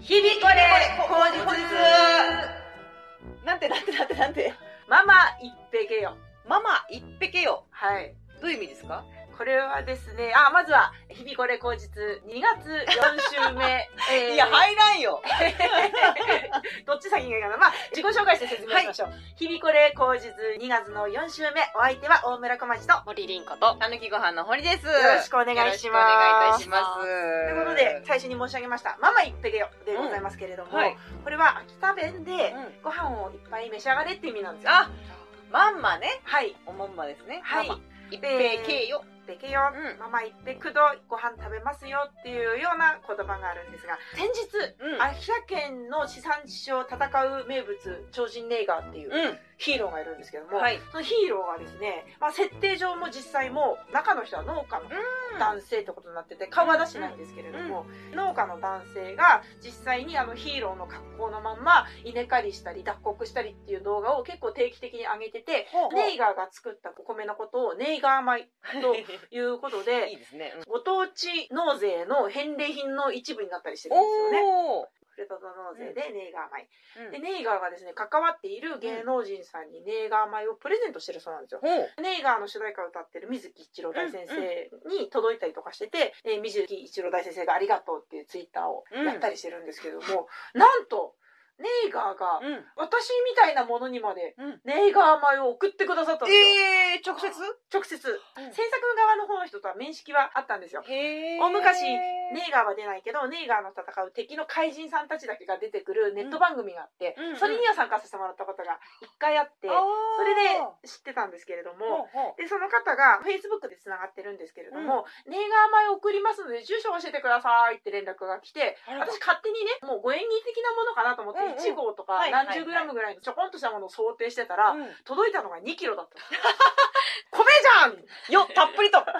日々これ、口実なんてなんてなんてなんて。ママ一平よ。ママ一匹よ。はい。どういう意味ですかこれはですね、あ、まずは、日々これ口実、2月4週目。えー いや、入らんよ。 どっち先がいいかな。まあ、自己紹介して説明しましょう。日々これ口実、2月の4週目。お相手は大村小町と、よ森凛子と。たぬきご飯の堀です。よろしくお願いしまよろす。しくお願いいたします。ということで、最初に申し上げました、ママ一平よでございますけれども、はい。これは秋田弁で、うんご飯をいっぱい召し上がれって意味なんですよ。あ、まんまね。はい。おまんまですね。はいママ一平系よ。でけよ、うんママ行ってくどご飯食べますよっていうような言葉があるんですが先日、うん秋田県の地産地消を戦う名物超人ネイガーっていうヒーローがいるんですけども、はい。そのヒーローがですね、まあ、設定上も実際も中の人は農家の男性ってことになってて顔は出してないんですけれども、農家の男性が実際にあのヒーローの格好のまんま稲刈りしたり脱穀したりっていう動画を結構定期的に上げててほうほうネイガーが作ったお米のことをネイガー米ということ いいで、ですね。うんご当地納税の返礼品の一部になったりしてるんですよね。おー。ふるさと納税でネイガー米。うんで、ネイガーがですね、関わっている芸能人さんにネイガー米をプレゼントしてるそうなんですよ。ほう。ネイガーの主題歌を歌ってる水木一郎大先生に届いたりとかしてて、えー水木一郎大先生がありがとうっていうツイッターをやったりしてるんですけども、なんと、ネイガーがうん。私みたいなものにまでうんネイガー米を送ってくださったんですよ。えー、直接直接。制作側の方の人とは面識はあったんですよ。へー大昔ネイガーは出ないけど、ネイガーの戦う敵の怪人さんたちだけが出てくるネット番組があって、うんうんうんそれには参加させてもらったことが一回あって、あーそれで知ってたんですけれども、ほうほで、その方が Facebook で繋がってるんですけれども、ネイガー米送りますので住所教えてくださいって連絡が来て、う。私勝手にね、もうご縁起的なものかなと思ってうんうん、 1号とかはいはい何はい十グラムぐらいのちょこんとしたものを想定してたら、うん届いたのが2キロだった。 米じゃんよ、たっ ぷりと。うわ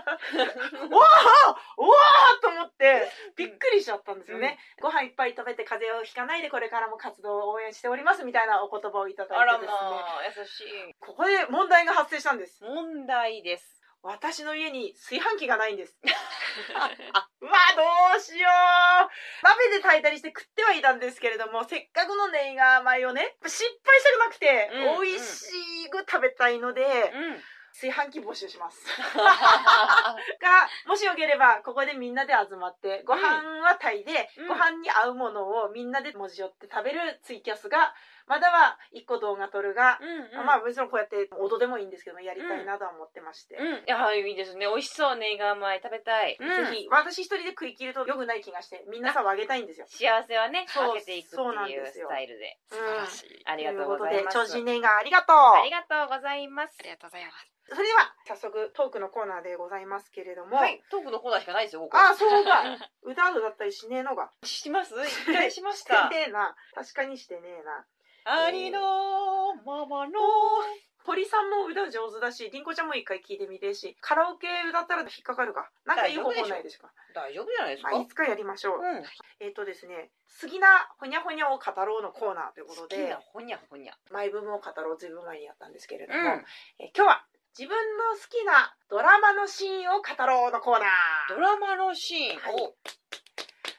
あうわあと思って、びっくりしちゃったんですよね。ご飯いっぱい食べて風邪をひかないでこれからも活動を応援しておりますみたいなお言葉をいただいあらてまですね。あ、優しい。ここで問題が発生したんです。問題です。私の家に炊飯器がないん です。うわあどうしよう鍋で炊いたりして食ってはいたんですけれども、せっかくのネイガー米をね、やっぱ失敗したくなくて、うん美味しく食べたいので、うん。炊飯器募集します。が、もしよければ、ここでみんなで集まって、ご飯はタイで、うんご飯に合うものをみんなで文字寄って食べるツイキャスが、まだは一個動画撮るが、うん、まあ、もちろんこうやって、音でもいいんですけど、やりたいなとは思ってまして。うん。いや、いいですね。美味しそうね。が甘い。食べたい。ぜぜひ。ひ、私一人で食い切ると良くない気がして、皆さんをあげたいんですよ。幸せはね、そう分けていくってそうなんいでうすよスタイルで。うん素晴らしい。あありがとうござといいうまこす。とで、超人念願ありがとうありがとうございます。りがとうございます。それでは、早速トークのコーナーでございますけれども、はい。トークのコーナーしかないですよ、ここ。ああ、そうか。うだうだだったりしねえのが。します一回しまししてた。ねえな。確かにしてねえな。ありのままの。堀さんも歌上手だし、りんこちゃんも一回聞いてみてえし、カラオケ歌ったら引っかかるか。なんかいい方法ないでしょうか。大丈夫じゃないですまか。あ、いつかやりましょう。うん。えっ、とですね、好きなほにゃほにゃを語ろうのコーナーというこ好ときなで、ほにゃほにゃ。マイブームを語ろうずいぶん前にやったんですけれども、うん。えー今日は自分の好きなドラマのシーンを語ろうのコーナー。ドラマのシーンはいを。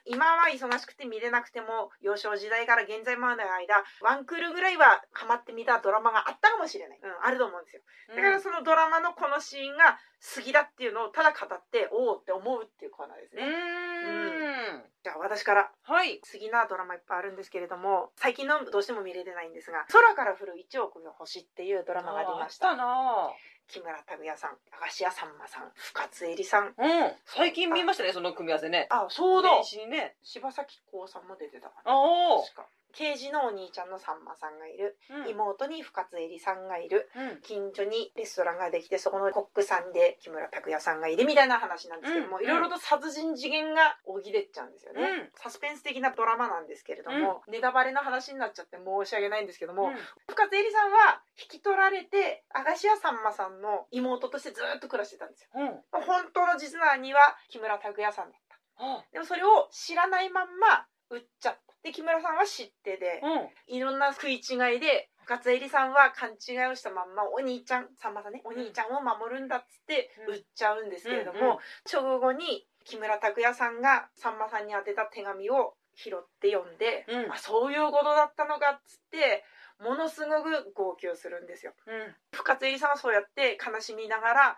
今は忙しくて見れなくても、幼少時代から現在までの間、ワンクールぐらいはハマってみたドラマがあったかもしれない。うん、あると思うんですよ。うんだからそのドラマのこのシーンが好きだっていうのをただ語っておおって思うっていうコーナーですうね。ーん。じゃあ私からはい。好きなドラマいっぱいあるんですけれども最近のどうしても見れてないんですが「空から降る一億の星」っていうドラマがありましあたったな木村拓哉さん明石家さんまさん深津絵里さんぁうん。最近見ましたね、その組み合わせね。あそうだ年始にね。柴咲コウさんも出てたかなおお。確か刑事のお兄ちゃんのさんまさんがいる、うん妹に深津絵里さんがいるうん。近所にレストランができてそこのコックさんで木村拓哉さんがいるみたいな話なんですけども、うんいろいろと殺人次元がおぎれちゃうんですよね、うんサスペンス的なドラマなんですけれども、ネタバレの話になっちゃって申し訳ないんですけども、うん深津絵里さんは引き取られて明石家さんまさんの妹としてずっと暮らしてたんですようん。本当の実の兄は木村拓哉さんだったあでもそれを知らないまんま売っちゃったで木村さんは知ってで、うん。いろんな食い違いで深津絵里さんは勘違いをしたまんまお兄ちゃんさんまさんねお兄ちゃんを守るんだっつってうん売っちゃうんですけれども、うんうん直後に木村拓哉さんがさんまさんに宛てた手紙を拾って読んで、うんあそういうことだったのかっつってものすごく号泣するんですよ。うん深津絵里さんはそうやって悲しみながら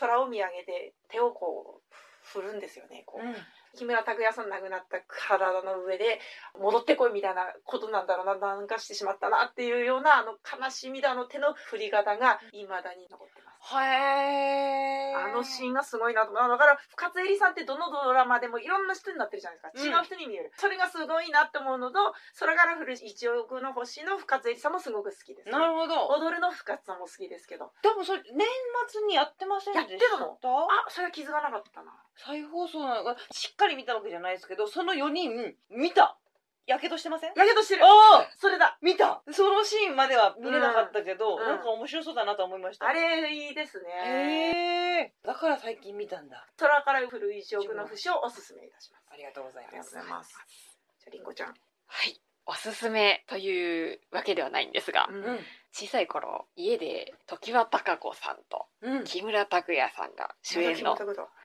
空を見上げて手をこう振るんですよねこう、うん木村拓哉さん亡くなった体の上で戻ってこいみたいなことなんだろうななんかしてしまったなっていうようなあの悲しみだあの手の振り方が未だに残ってます。へえあのシンーンがすごいなと思う。だから、深津絵里さんってどのドラマでもいろんな人になってるじゃないですか。違う人に見える。それがすごいなって思うのと、空から降る一億の星の深津絵里さんもすごく好きです、なるほど踊るの深津さんも好きですけど。でもそれ年末にやってませんでしたやってたのああ、それは気づかなかったな。再放送なのかしっかり見たわけじゃないですけどその4人見たやけどしてませんやけどしてる。おおそれだ。見たそのシーンまでは見れなかったけど、うんなんか面白そうだなと思いましたあれ、いいですね。へえだから最近見たんだ空から降る一億の星をおすすめいたします。ありがとうございますありがとうございますじゃあ、りんごちゃん。はい。おすすめというわけではないんですが、うん小さい頃、家で常盤貴子さんとうんうん木村拓哉さんが主演の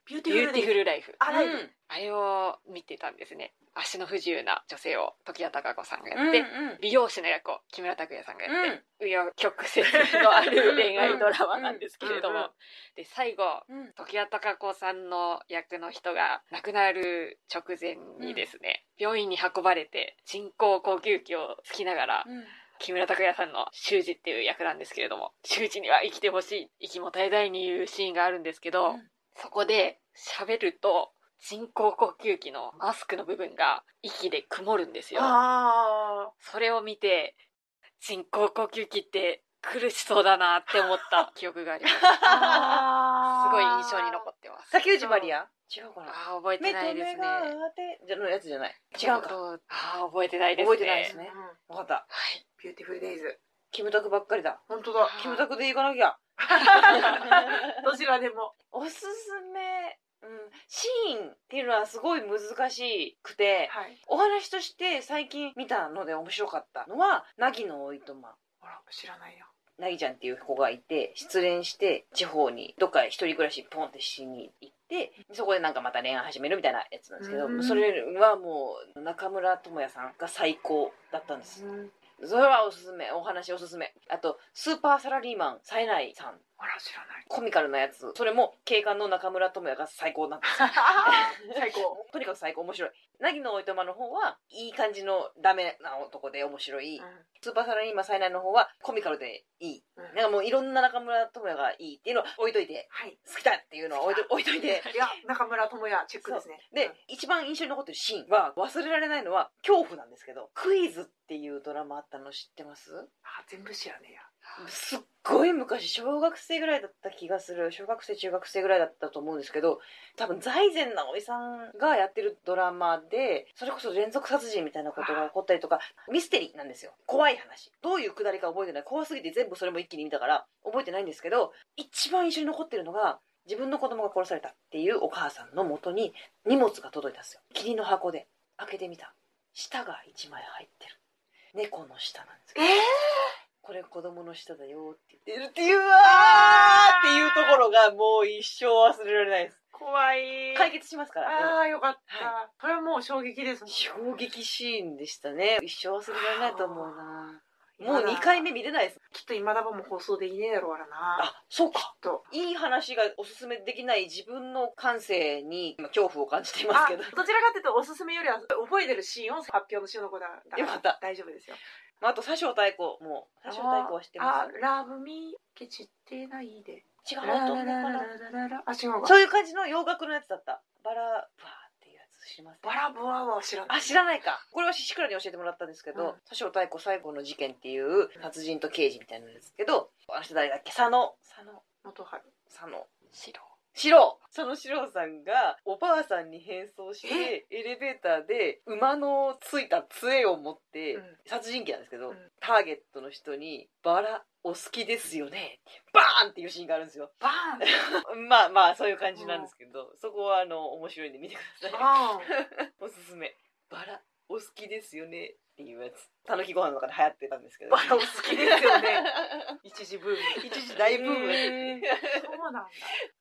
ビュー「ティビフュールテでィフルライフ」あライブうんあれを見てたんですね足の不自由な女性を常盤貴子さんうがやっんて、美容師の役を木村拓哉さんがやうっんて、紆余曲折のある恋愛ドラマなんですけれどうんうんもで最後うん常盤貴子さんの役の人が亡くなる直前にですね、病院に運ばれて人工呼吸器をつきながらうん木村拓哉さんの修二っていう役なんですけれども修二には生きてほしい息も絶え絶えに言うシーンがあるんですけど、うんそこで喋ると人工呼吸器のマスクの部分が息で曇るんですよ。あそれを見て人工呼吸器って苦しそうだなって思った記憶があ ります。すーあー。ごい印象に残ってます。竹内まりや違うかなあー覚えて目ないとです目ね。が合ってじゃのやつじゃない違うかああー覚えてないですね。覚えてないですうんねうん分かったはい。ビューティフルデイズ。キムタクばっかりだ本当だ。キムタクで行かなきゃどちらでも。おすすめ、うん、シーンっていうのはすごい難しくてはい。お話として最近見たので面白かったのは凪のおいとまあら、知らないよ。凪ちゃんっていう子がいて失恋して地方にどっか一人暮らしポンってしに行ってそこでなんかまた恋愛始めるみたいなやつなんですけど、うんそれはもう中村智也さんが最高だったんですうんそれはおすすめお話おすすめあとスーパーサラリーマンさえないさんあら、知らない。コミカルなやつそれも警官の中村智也が最高なんです 最高。とにかく最高面白い凪のおいとまの方はいい感じのダメな男で面白い、スーパーサラリーマン最内の方はコミカルでいいうんなんかもういろんな中村智也がいいっていうのは置いといてはい。好きだっていうの は置いと置いといていや、中村智也チェックですね。で、一番印象に残ってるシーンは忘れられないのは恐怖なんですけど「クイズ」っていうドラマあったの知ってますあ、全部知らねえや。すっごい昔小学生ぐらいだった気がする小学生中学生ぐらいだったと思うんですけど多分財前直美さんがやってるドラマでそれこそ連続殺人みたいなことが起こったりとかミステリーなんですよ怖い話どういうくだりか覚えてない怖すぎて全部それも一気に見たから覚えてないんですけど一番印象に残ってるのが自分の子供が殺されたっていうお母さんの元に荷物が届いたんですよ霧の箱で開けてみた舌が1枚入ってる猫の舌なんですけどえこれ子供の舌だよって言ってるっていう、うわーっていうところがもう一生忘れられないです。怖い。解決しますから。でもああ、よかったは。これはもう衝撃ですもん。衝撃シーンでしたね。一生忘れられないと思うな。も今うだ2回目見れないです。きっと今だばも放送でいねえだろうからな。あ、そうか。と。いい話がおすすめできない自分の感性に今恐怖を感じていますあけどど。ちらかというとおすすめよりは覚えてるシーンを発表のしようの子だだらよかった大丈夫ですよまあ、あと、佐生太鼓も。佐生太鼓は知ってまあラブミーケチってないです。違うラララ音楽かな。ララララあ違うわそういう感じの洋楽のやつだった。バラ、バーっていうやつ知りますバラボワは知らない あ知らないかこれはシシクラに教えてもらったんですけうんど「佐生太鼓最後の事件」っていう殺人と刑事みたいなんですけどあの人誰だっけ佐野佐野元春佐野白。四郎佐野四郎さんがおばあさんに変装してエレベーターで馬のついた杖を持って、うん殺人鬼なんですけど、うんターゲットの人に「バラお好きですよね」バーンっていうシーンがあるんですよバーンまあまあそういう感じなんですけど、そこはあの面白いんで見てくださバいーンおすすめバラお好きですよねっていうやつたぬきご飯の中で流行ってたんですけどバラお好きですよね一時ブーム 一時大ブームでへーそうなんだ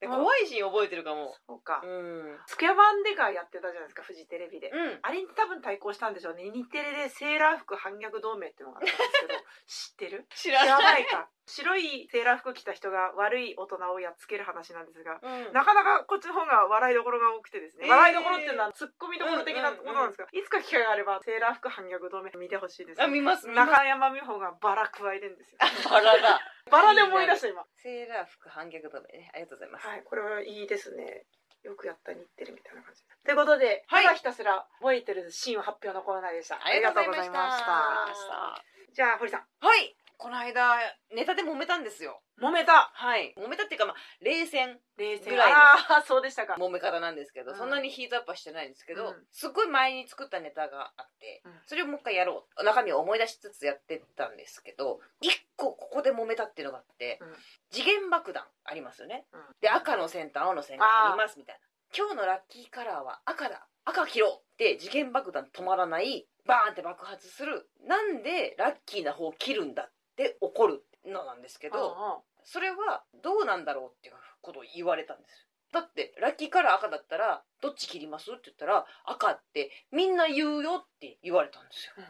怖いシーン覚えてるかもそうかうん、スクヤバンデカやってたじゃないですかフジテレビでうん、あれに多分対抗したんでしょうね日テレでセーラー服反逆同盟っていうのがあったんです けど知ってる知やらない、ばいか白いセーラー服着た人が悪い大人をやっつける話なんですがうんなかなかこっちの方が笑いどころが多くてですね、えー笑いどころっていうのはツッコミどころ的なことなんですけど、いつか機会があればセーラー服反逆同盟見てほしいですあ見ます見ます中山美穂がバラ加えてんですよバラだバラで思い出した今セーラー服反逆止めねありがとうございます、はい、これはいいですね。よくやった日テレみたいな感じ。ということで、はいただひたすら覚えてるシーンを発表のコーナーでした。ありがとうございましたありがとうございましたじゃあ、堀さん。はいこの間ネタで揉めたんですよ揉めたはい揉めたっていうか、まあ、冷戦冷静ぐらいのああ、そうでしたか。揉め方なんですけど、うんそんなにヒートアップはしてないんですけうど、んすっごい前に作ったネタがあって、うんそれをもう一回やろう中身を思い出しつつやってったんですけど一個ここで揉めたっていうのがあって、うん次元爆弾ありますよねうんで赤の線と青の線がありますみたいな今日のラッキーカラーは赤だ赤切ろうで次元爆弾止まらないバーンって爆発するなんでラッキーな方を切るんだって怒るのなんですけど、それはどうなんだろうっていうことを言われたんですだってラッキーカラー赤だったらどっち切りますって言ったら赤ってみんな言うよって言われたんですようんうん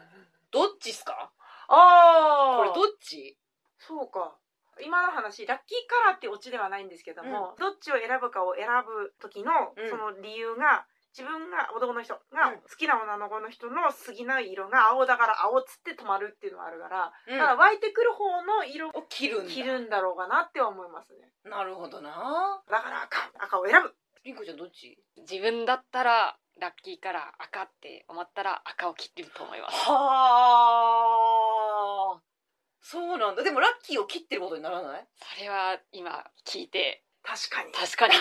どっちっすかああこれどっちそうか。今の話、ラッキーカラーってオチではないんですけども、どっちを選ぶかを選ぶ時のうんその理由が、自分が男の人うんが好きな女の子の人の好きな色が青だから青っつって止まるっていうのがあるから、うただ湧いてくる方の色を切るんだ着るんだろうかなっては思いますねなるほどなだから赤赤を選ぶりんこちゃんどっち自分だったらラッキーから赤って思ったら赤を切ると思いますはあそうなんだでもラッキーを切ってることにならないそれは今聞いて確 かに確かに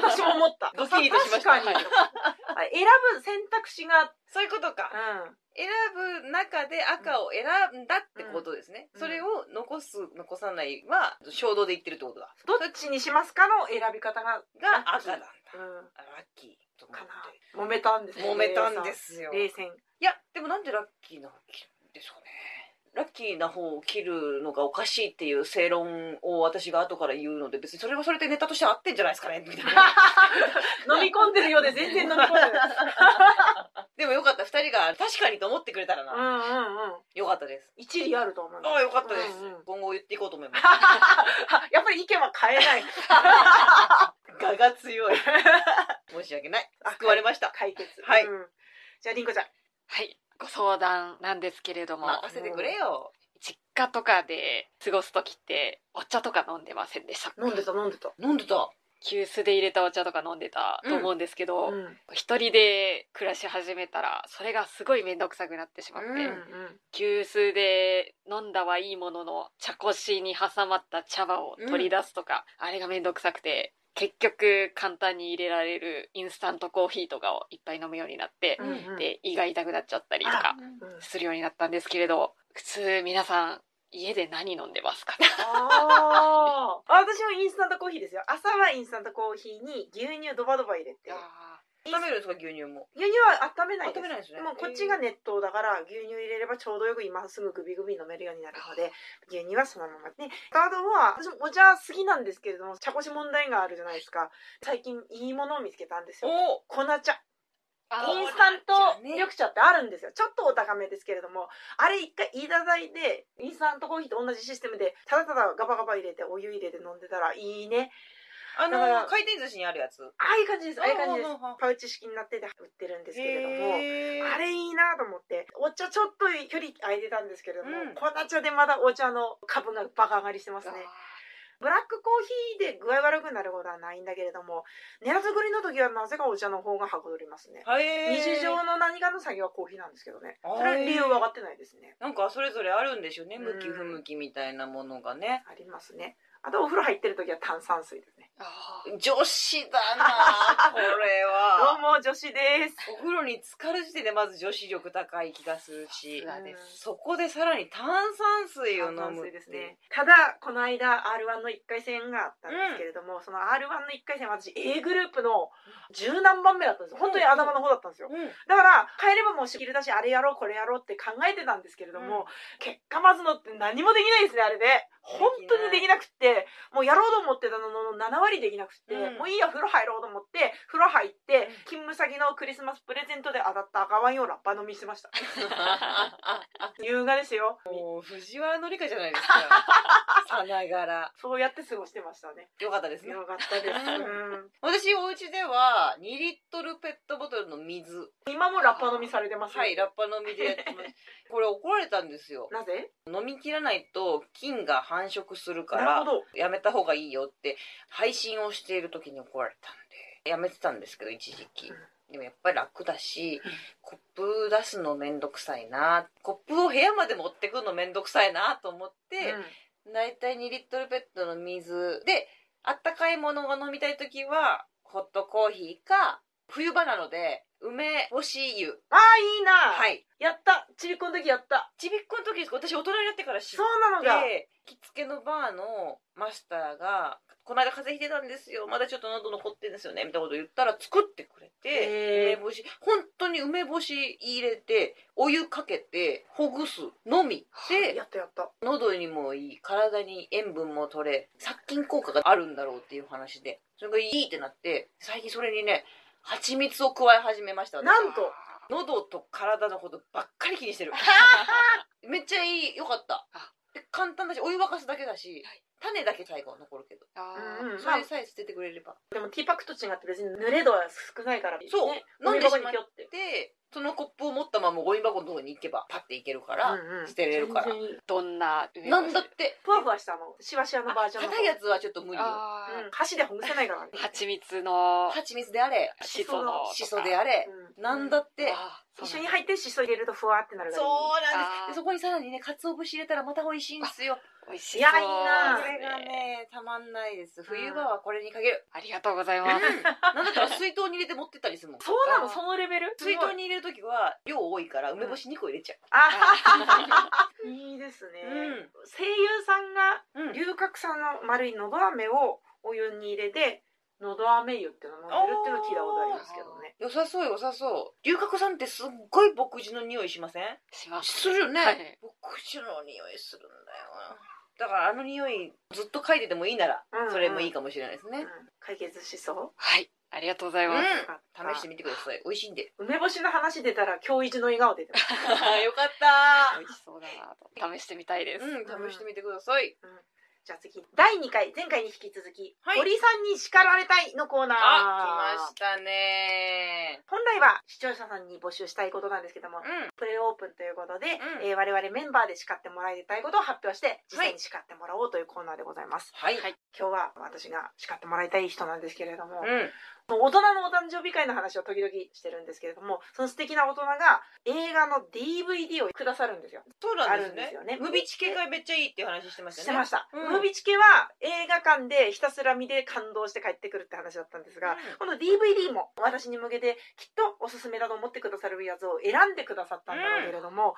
私も思ったドキリとしました確かにはいあ選ぶ選択肢がそういうことかう選ぶ中で赤を選んだってことですね、うんそれを残す残さないは衝動で言ってるってことだんどっちにしますかの選び方が、が赤なんだうラッキーとん、思かっな揉めたんですてね揉めたんですよ冷 い戦やでもなんでラッキーな方を切るんですかねラッキーな方を切るのがおかしいっていう正論を私が後から言うので別にそれはそれでネタとして合ってんじゃないですかねみたいな飲み込んでるようで 全然飲み込んでる でもよかった2人が確かにと思ってくれたらうんうなんうんよかったです一理あると思うああよかったです、うんうん今後言っていこうと思います やっぱり意見は変えない我が強い 申し訳ない救われました解決はいうんじゃありんこちゃんはいご相談なんですけれども任せてくれよ実家とかで過ごす時ってお茶とか飲んでませんでした飲んでた飲んでた飲んでた急須で入れたお茶とか飲んでたと思うんですけど、ん一人で暮らし始めたらそれがすごい面倒くさくなってしまって、うん急須で飲んだはいいものの茶こしに挟まった茶葉を取り出すとか、あれが面倒くさくて結局簡単に入れられるインスタントコーヒーとかをいっぱい飲むようになって、うんうんうんで胃が痛くなっちゃったりとかうんするようになったんですけれど普通皆さん家で何飲んでますかねあー私もインスタントコーヒーですよ朝はインスタントコーヒーに牛乳ドバドバ入れて温めるんですか牛乳も牛乳は温めないです温めないですねもうこっちが熱湯だから牛乳入れればちょうどよく今すぐグビグビ飲めるようになるので牛乳はそのままねあとは私もお茶好きなんですけれども茶こし問題があるじゃないですか最近いいものを見つけたんですよお粉茶あインスタントね緑茶ってあるんですよちょっとお高めですけれどもあれ一回いただいてインスタントコーヒーと同じシステムでただただガバガバ入れてお湯入れて飲んでたらいいねあだからの回転寿司にあるやつああいう感じですああいう感じですああパウチ式になってて売ってるんですけれども、へーあれいいなと思ってお茶ちょっと距離空いてたんですけれども、うん粉茶でまだお茶の株がバカ上がりしてますねブラックコーヒーで具合悪くなることはないんだけれども寝作りの時はなぜかお茶の方がはかどりますねへー日常の何かの作業はコーヒーなんですけどねあーそれは理由分かってないですねなんかそれぞれあるんでしょうねうん向き不向きみたいなものがねありますねあとお風呂入ってる時は炭酸水ですね。あー女子だな これどうはも女子です。お風呂に浸かる時点でまず女子力高い気がするしさすがですそこでさらに炭酸水を炭飲酸む水ってですね。ただこの間 R1 の1回戦があったんですけれども、その R1 の1回戦私 A グループの十何番目だったんですよ。本当に頭の方だったんですよ。うんだから帰ればもう仕切りだしあれやろうこれやろうって考えてたんですけれども、結果まずのって何もできないですねあれで本当にできなくってもうやろうと思ってたのの7割できなくって、うんもういいや風呂入ろうと思って風呂入って勤務先のクリスマスプレゼントで当たった赤ワインをラッパ飲みしてました 優雅ですよもう藤原紀香じゃない ですかさながらそうやって過ごしてましたねよかったですねよかったです、私お家では2リットルペットボトルの水うん今もラッパ飲みされてますよはいラッパ飲みでやって ますこれ怒られたんですよなぜ飲みきらないと菌が繁殖するかなるらほどやめた方がいいよって配信をしている時に怒られたんでやめてたんですけど一時期うんでもやっぱり楽だしうんコップ出すのめんどくさいなコップを部屋まで持ってくのめんどくさいなと思って、うん大体2リットルペットの水であったかいものが飲みたい時はホットコーヒーか冬場なので梅干し湯ああいいな、はいやったちびっこの時やったちびっこの時です私大人になってから知っそうなのがて着付けのバーのマスターが「この間風邪ひいてたんですよまだちょっと喉残ってんですよね」みたいなこと言ったら作ってくれてへ梅ー干し本当に梅干し入れてお湯かけてほぐすのみでやったやった喉にもいい体に塩分も取れ殺菌効果があるんだろうっていう話でそれがいいってなって最近それにね蜂蜜を加え始めました私なんと喉と体のことばっかり気にしてるめっちゃいいよかったあで簡単だしお湯沸かすだけだしはい種だけ最後残るけどあーうんうんそれさえ捨ててくれればでもティーパックと違って別に濡れ度は少ないから、ね、そう飲ん飲んででししままっっててでそのコップを持ったままゴミ箱のとこに行けばパッていけるから捨てれるから全然いいどんな梅な干んしだってふわふわしたあのシワシワのバージョンの硬いやつはちょっと無理よあーうん、箸でほぐせない からね、蜂蜜の蜂蜜であれシソのシソであれうんなんだってあー一緒にそうなんだ入ってしそ入れるとふわってなるからねあーでそこにさらにね鰹節入れたらまた美味しいんですよ美味しそういやいいなこれがねたまんないです冬場はこれに限るありがとうござい ますなんだったら水筒に入れて持ってったりするもん そうなのあーそのレベル水筒に入れる時は量多いから梅干し2個入れちゃあーいいですね、うん声優さんがう、うん龍角散の丸いのど飴をお湯に入れてのど飴湯っていうの飲んでるっていうの聞いたことありますけどね良さそう良さそう龍角さんってすっごい牧師の匂いしませんしますするよね、はい牧師の匂いするんだよなだからあの匂いずっと嗅いでてもいいならうんうんそれもいいかもしれないですね、うん解決しそうはいありがとうございます、うんよかった試してみてください美味しい んで梅干しの話出たら今日一の笑顔出て ます、よかった美味しそうだなと試してみたいです、うん試してみてくださいじゃあ次第2回前回に引き続き、はい堀さんに叱られたいのコーナーあ来ましたね本来は視聴者さんに募集したいことなんですけども、うんプレオープンということで、うんえー我々メンバーで叱ってもらいたいことを発表して実際に叱ってもらおうというコーナーでございます、はい、はい今日は私が叱ってもらいたい人なんですけれども、うん大人のお誕生日会の話を時々してるんですけれどもその素敵な大人が映画の DVD をくださるんですよそうなんあでするんでねすよねムビチ系がめっちゃいいっていう話してまししてたねました、うんムービーチ系は映画館でひたすら見て感動して帰ってくるって話だったんですが、うこんの DVD も私に向けてきっとおすすめだと思ってくださるやつを選んでくださったんだろうけれども、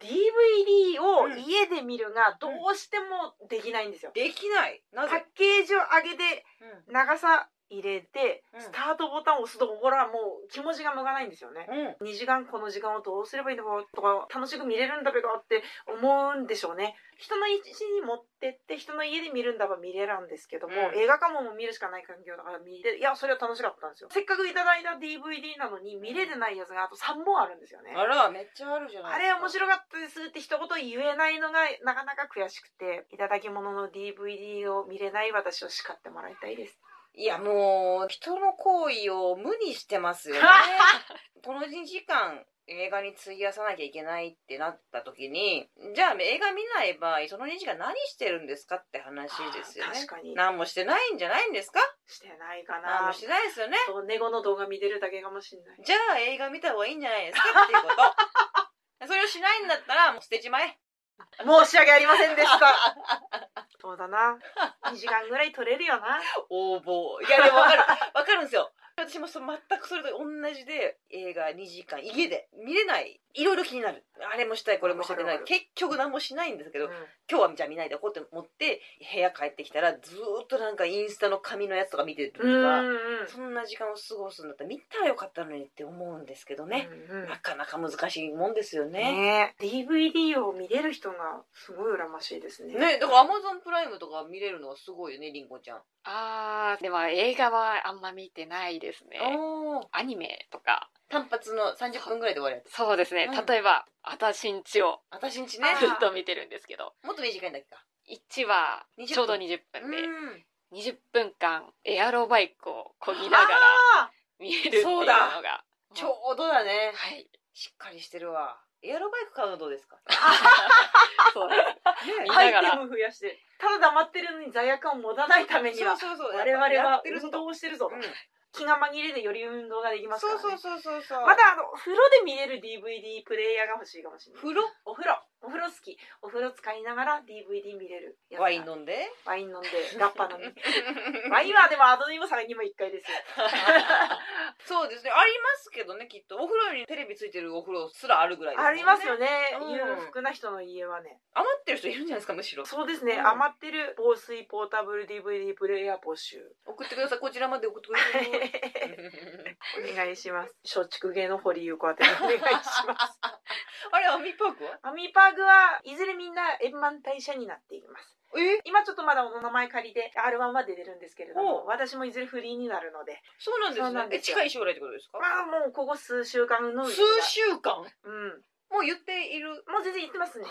DVD を家で見るがどうしてもできないんですよ。できないなパッぜ、ケージを上げて長さ入れて、うんスタートボタンを押すところはもう気持ちが向かないんですよね。うんうん2時間この時間をどうすればいいのかとか楽しく見れるんだけどって思うんでしょうね人の家に持ってって人の家で見るんだば見れるんですけども、うん映画館も見るしかない環境だから見れいやそれは楽しかったんですよせっかくいただいた DVD なのに見れてないやつがあと3本あるんですよねあらめっちゃあるじゃないあれ面白かったですって一言言えないのがなかなか悔しくていただき物の DVD を見れない私を叱ってもらいたいですいやもう人の行為を無にしてますよねこの2時間映画に費やさなきゃいけないってなった時にじゃあ映画見ない場合その2時間何してるんですかって話ですよね確かに何もしてないんじゃないんですかしてないか何なもしてないですよねそうネゴの動画見てるだけかもしれないじゃあ映画見た方がいいんじゃないですかっていうこと それをしないんだったらもう捨てちまえ 申し訳ありませんでしたそうだな2時間ぐらい取れるよな応募いやでも 分かる分かるんですよ私もそう全くそれと同じで映画2時間家で見れないいろいろ気になるあれもしたいこれもしたくなわいかるわか結局何もしないんですけど、うん今日はじゃあ見ないでおこうって思って部屋帰ってきたらずーっとなんかインスタの紙のやつとか見てるとか、うんうんそんな時間を過ごすんだったら見たらよかったのにって思うんですけどね、うんうんなかなか難しいもんですよね。ね DVD を見れる人がすごい羨ましいですねねだからアマゾンプライムとか見れるのはすごいよねりんごちゃん。ああーでも映画はあんま見てないですねあアニメとか単発の30分ぐらいで終わるやつそうですね、うん例えば「あたしんち」を私んちねあずーっと見てるんですけどもっと短いんだっけか。 1話20分ちょうど20分でうん20分間エアロバイクをこぎながらあ見えるっていうそのうだがちょうどだね。はい しっかりしてるわ。エアロバイク買うのどうですか。そうなんですー見アなイがらテム増やしてただ黙ってるのに罪悪感を持たないためにはそうそうそう。我々やはってる運ぞ動と。をしてるぞ、うん気が紛れでより運動ができますから、そうね、そうそうそうそう。またあの風呂で見れる DVD プレイヤーが欲しいかもしれない風呂お風呂お風呂好きお風呂使いながら DVD 見れるやつがワイン飲んで。ワイン飲んでラッパ飲み ワインはでもアドにも酒にも一回ですよそうですね。ありますけどね、きっと。お風呂にテレビついてるお風呂すらあるぐらいありますよね。ね、うん裕福な人の家はね余ってる人いるんじゃないですか、むしろ。そうですね、うん余ってる防水ポータブル DVD プレイヤー募 集送ってください。こちらまで送ってください。お願いします松竹芸の堀優子宛てにお願いします あれ、アミパークはアミパーグはいずれみんな円満退社になっていきますえ今ちょっとまだお名前借りで R1 まで出るんですけれどおもう私もいずれフリーになるのでそうなんですそうねなんえ、ですよ近い将来ってことですかまあもうここ数週間の数週間うんもう言っている。もう全然言ってますね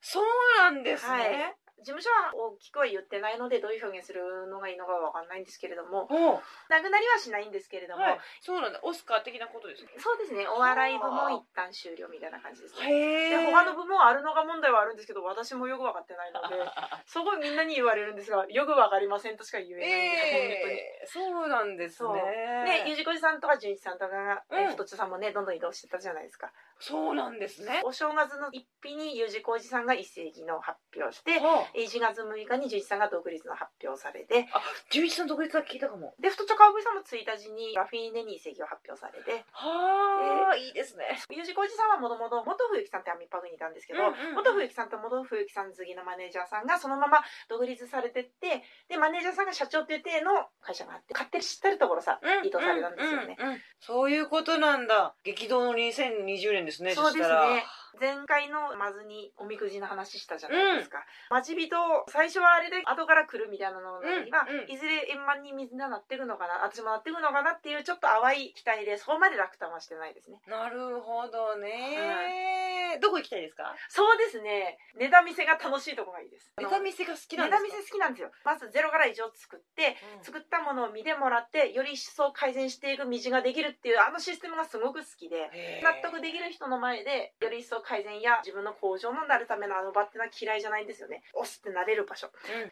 そうなんですね。はい事務所は大きくは言ってないのでどういう表現するのがいいのかは分かんないんですけれどもおうなくなりはしないんですけれども、はい、そうなんだオスカー的なことですねそうですねお笑い部門一旦終了みたいな感じですねへで他の部門あるのが問題はあるんですけど私もよく分かってないのですごいみんなに言われるんですがよく分かりませんとしか言えないんです、本当に。えー、そうなんですそうね、ゆねうじこじさんとかじゅんいちさんとかが、えーうん太っちょさんもねどんどん移動してたじゃないですかそうなんですねお正月の一日にゆうじこじさんが一世紀の発表してはあ1月6日にじゅんいちさんが独立の発表されて純一さん独立は聞いたかもで太ちょかおぶさんも1日にラフィーネに移籍を発表されてはあ、いいですねゆうじこじさんはもともと元冬木さんってアミパグにいたんですけど、うんうんうん元冬木さんと元冬木さん次のマネージャーさんがそのまま独立されてってでマネージャーさんが社長っていう体の会社があって勝手に知ってるところさ、移動されたんですよね、うんうんうんそういうことなんだ激動の2020年ですねそうですしたらね前回のまずにおみくじの話したじゃないですか、待ち人最初はあれで後から来るみたいなのには、うんうんいずれ円満にみんななってるのかな私もなってるのかなっていうちょっと淡い期待でそこまで落胆はしてないですねなるほどね、どこ行きたいですかそうですねネタ見せが楽しいとこがいいですネタ見見せが好せきなネんでタ見すかせ好きなんですよまずゼロから以上作ってうん作ったものを見てもらってより思想を改善していく道ができるっていうあのシステムがすごく好きでへー納得できる人の前でより一層改善や自分の向上のなるためのあの場ってのは嫌いじゃないんですよね押すってなれる場所、ん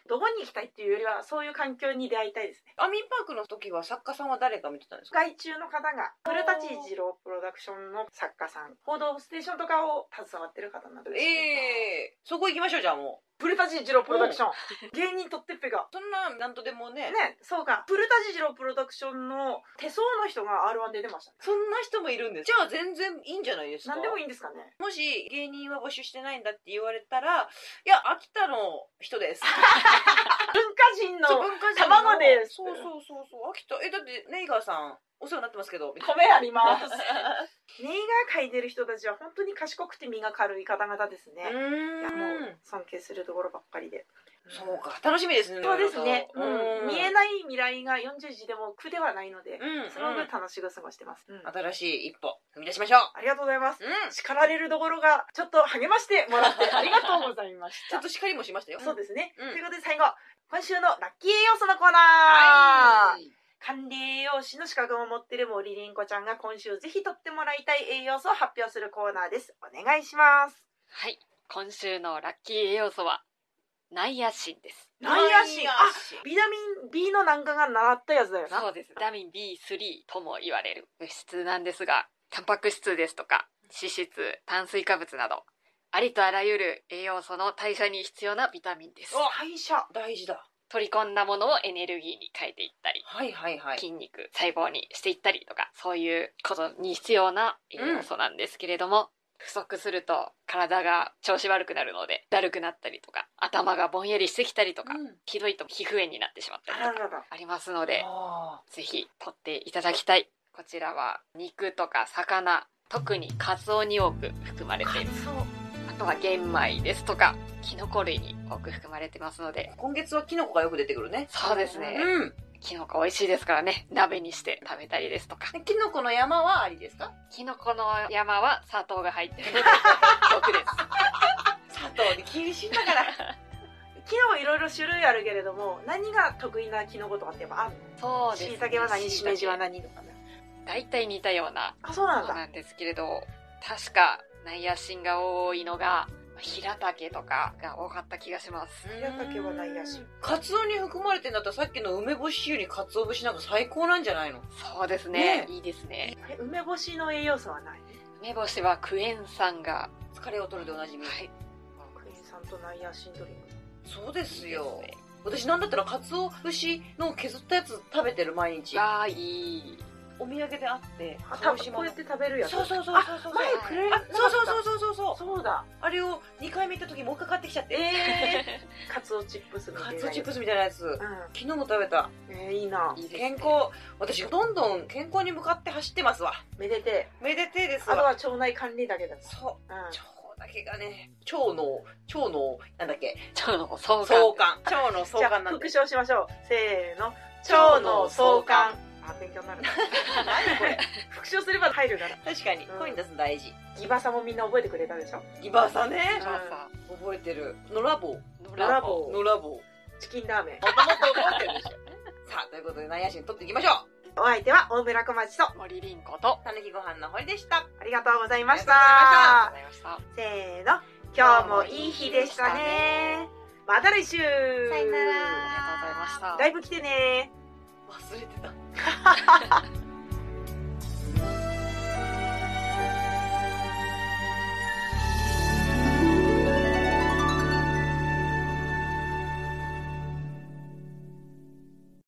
どこに行きたいっていうよりはそういう環境に出会いたいですねアミンパークの時は作家さんは誰か見てたんですか外注の方が古舘二郎プロダクションの作家さん「報道ステーション」とかを携わってる方なんですねええそこ行きましょうじゃあもう古舘二郎プロダクション芸人とってっぺがそんななんとでもねねそうか古舘二郎プロダクションの手相の人が r 1で出ましたねそんな人もいるんですじゃあ全然いいんじゃないですか何でもいいんですかねもし芸人は募集してないんだって言われたら「いや秋田の人です」文化人の そう文化人の卵ですそうそうそうそう秋田えだってネイガーさんお世話になってますけどみたいな米あり ますネイガー描いてる人たちは本当に賢くて身が軽い方々ですうね、いやもーうん尊敬するところばっかりでそうか楽しみですねそうですね、いろいろとうん見えい、ない未来が40時でも苦ではないので、うんうんその分楽しく過ごしてます、うんあ新しい一歩踏み出しましょりがとうございますううん叱られるところがちょっと励ましてもらってありがとうございましちた ゃんと叱りもしましたよそうですね、うんということで最後今週のラッキー栄養素のコーナー、はい管理栄養士の資格を持っている森凛子ちゃんが今週ぜひ取ってもらいたい栄養素を発表するコーナーですお願いしますはい今週のラッキー栄養素はナイアシンです内野心内あ野心ビタミン B のなんかが習ったやつだよなそうですビタミン B3 とも言われる物質なんですがタンパク質ですとか脂質炭水化物などありとあらゆる栄養素の代謝に必要なビタミンです。代謝大事だ取り込んだものをエネルギーに変えていったり、はいはいはい筋肉、細胞にしていったりとか、そういうことに必要な栄養素なんですけれども、不足すると体が調子悪くなるので、だるくなったりとか、頭がぼんやりしてきたりとか、うんひどいと皮膚炎になってしまったりあとらかららありますので、あぜひ取っていただきたい。こちらは肉とか魚、特にカツオに多く含まれています。あとは玄米ですとか、キノコ類に多く含まれてますのでー、今月はキノコがよく出てくるねそうですうね。うんキノコ美味しいですからね、鍋にして食べたりですとか。でキノコの山はありですかキノコの山は砂糖が入って るので、毒です。砂糖に厳しいんだからキノコいろいろ種類あるけれども何が得意なキノコとかってやっぱある そうです、しいたけは何しめじは何何とかね大体似たようなあそうなそんうだなんですけれど、確かナイアシンが多いのが、平竹とかが多かった気がします。宮崎はないらしいカツオに含まれてんだったらさっきの梅干しよりカツオ節なんか最高なんじゃないのそうですねね。いいですね。あれ梅干しの栄養素はない梅干しはクエン酸が、疲れを取るでおなじみ、はい。クイーンさんとナイアシンドリンクそうですよいいですね私なんだったらカツオ節の削ったやつ食べてる毎日ああ、いい。お土産であってあ鹿た児島のこうやって食べるやつそうそうそうあそうそう前くれあそうそうそうそうそうそううそうだあれを2回目行った時もう一回買ってきちゃってえ カツオチップスみたカいなツオチップスみたいなやつ昨う日も食べたんえーいいないいですね健康私どんどん健康に向かって走ってますわめでてめでてえですあとはわ腸内管理だけだうそうん腸だけがね腸の腸のなんだっけ腸の相関。相関腸のじ相ゃあ関なんだ復唱しましょうせーの腸の相関あ勉強になるな 何これ復唱すれば入るから確かにうん声に出すの大事ギバさもみんな覚えてくれたでしょギバーさんねそうそ覚えてる野良棒うララボ野良棒もチキンラーメンともと覚えてるでしょさあということで内野心取っていきましょうお相手は大村小町と森凛子と、たぬきご飯の堀でしたありがとうございましあたりがとうございました。せーの今日もいい日でしたねまた来週さよならありがとうございました。ライブ来てね忘れてたははは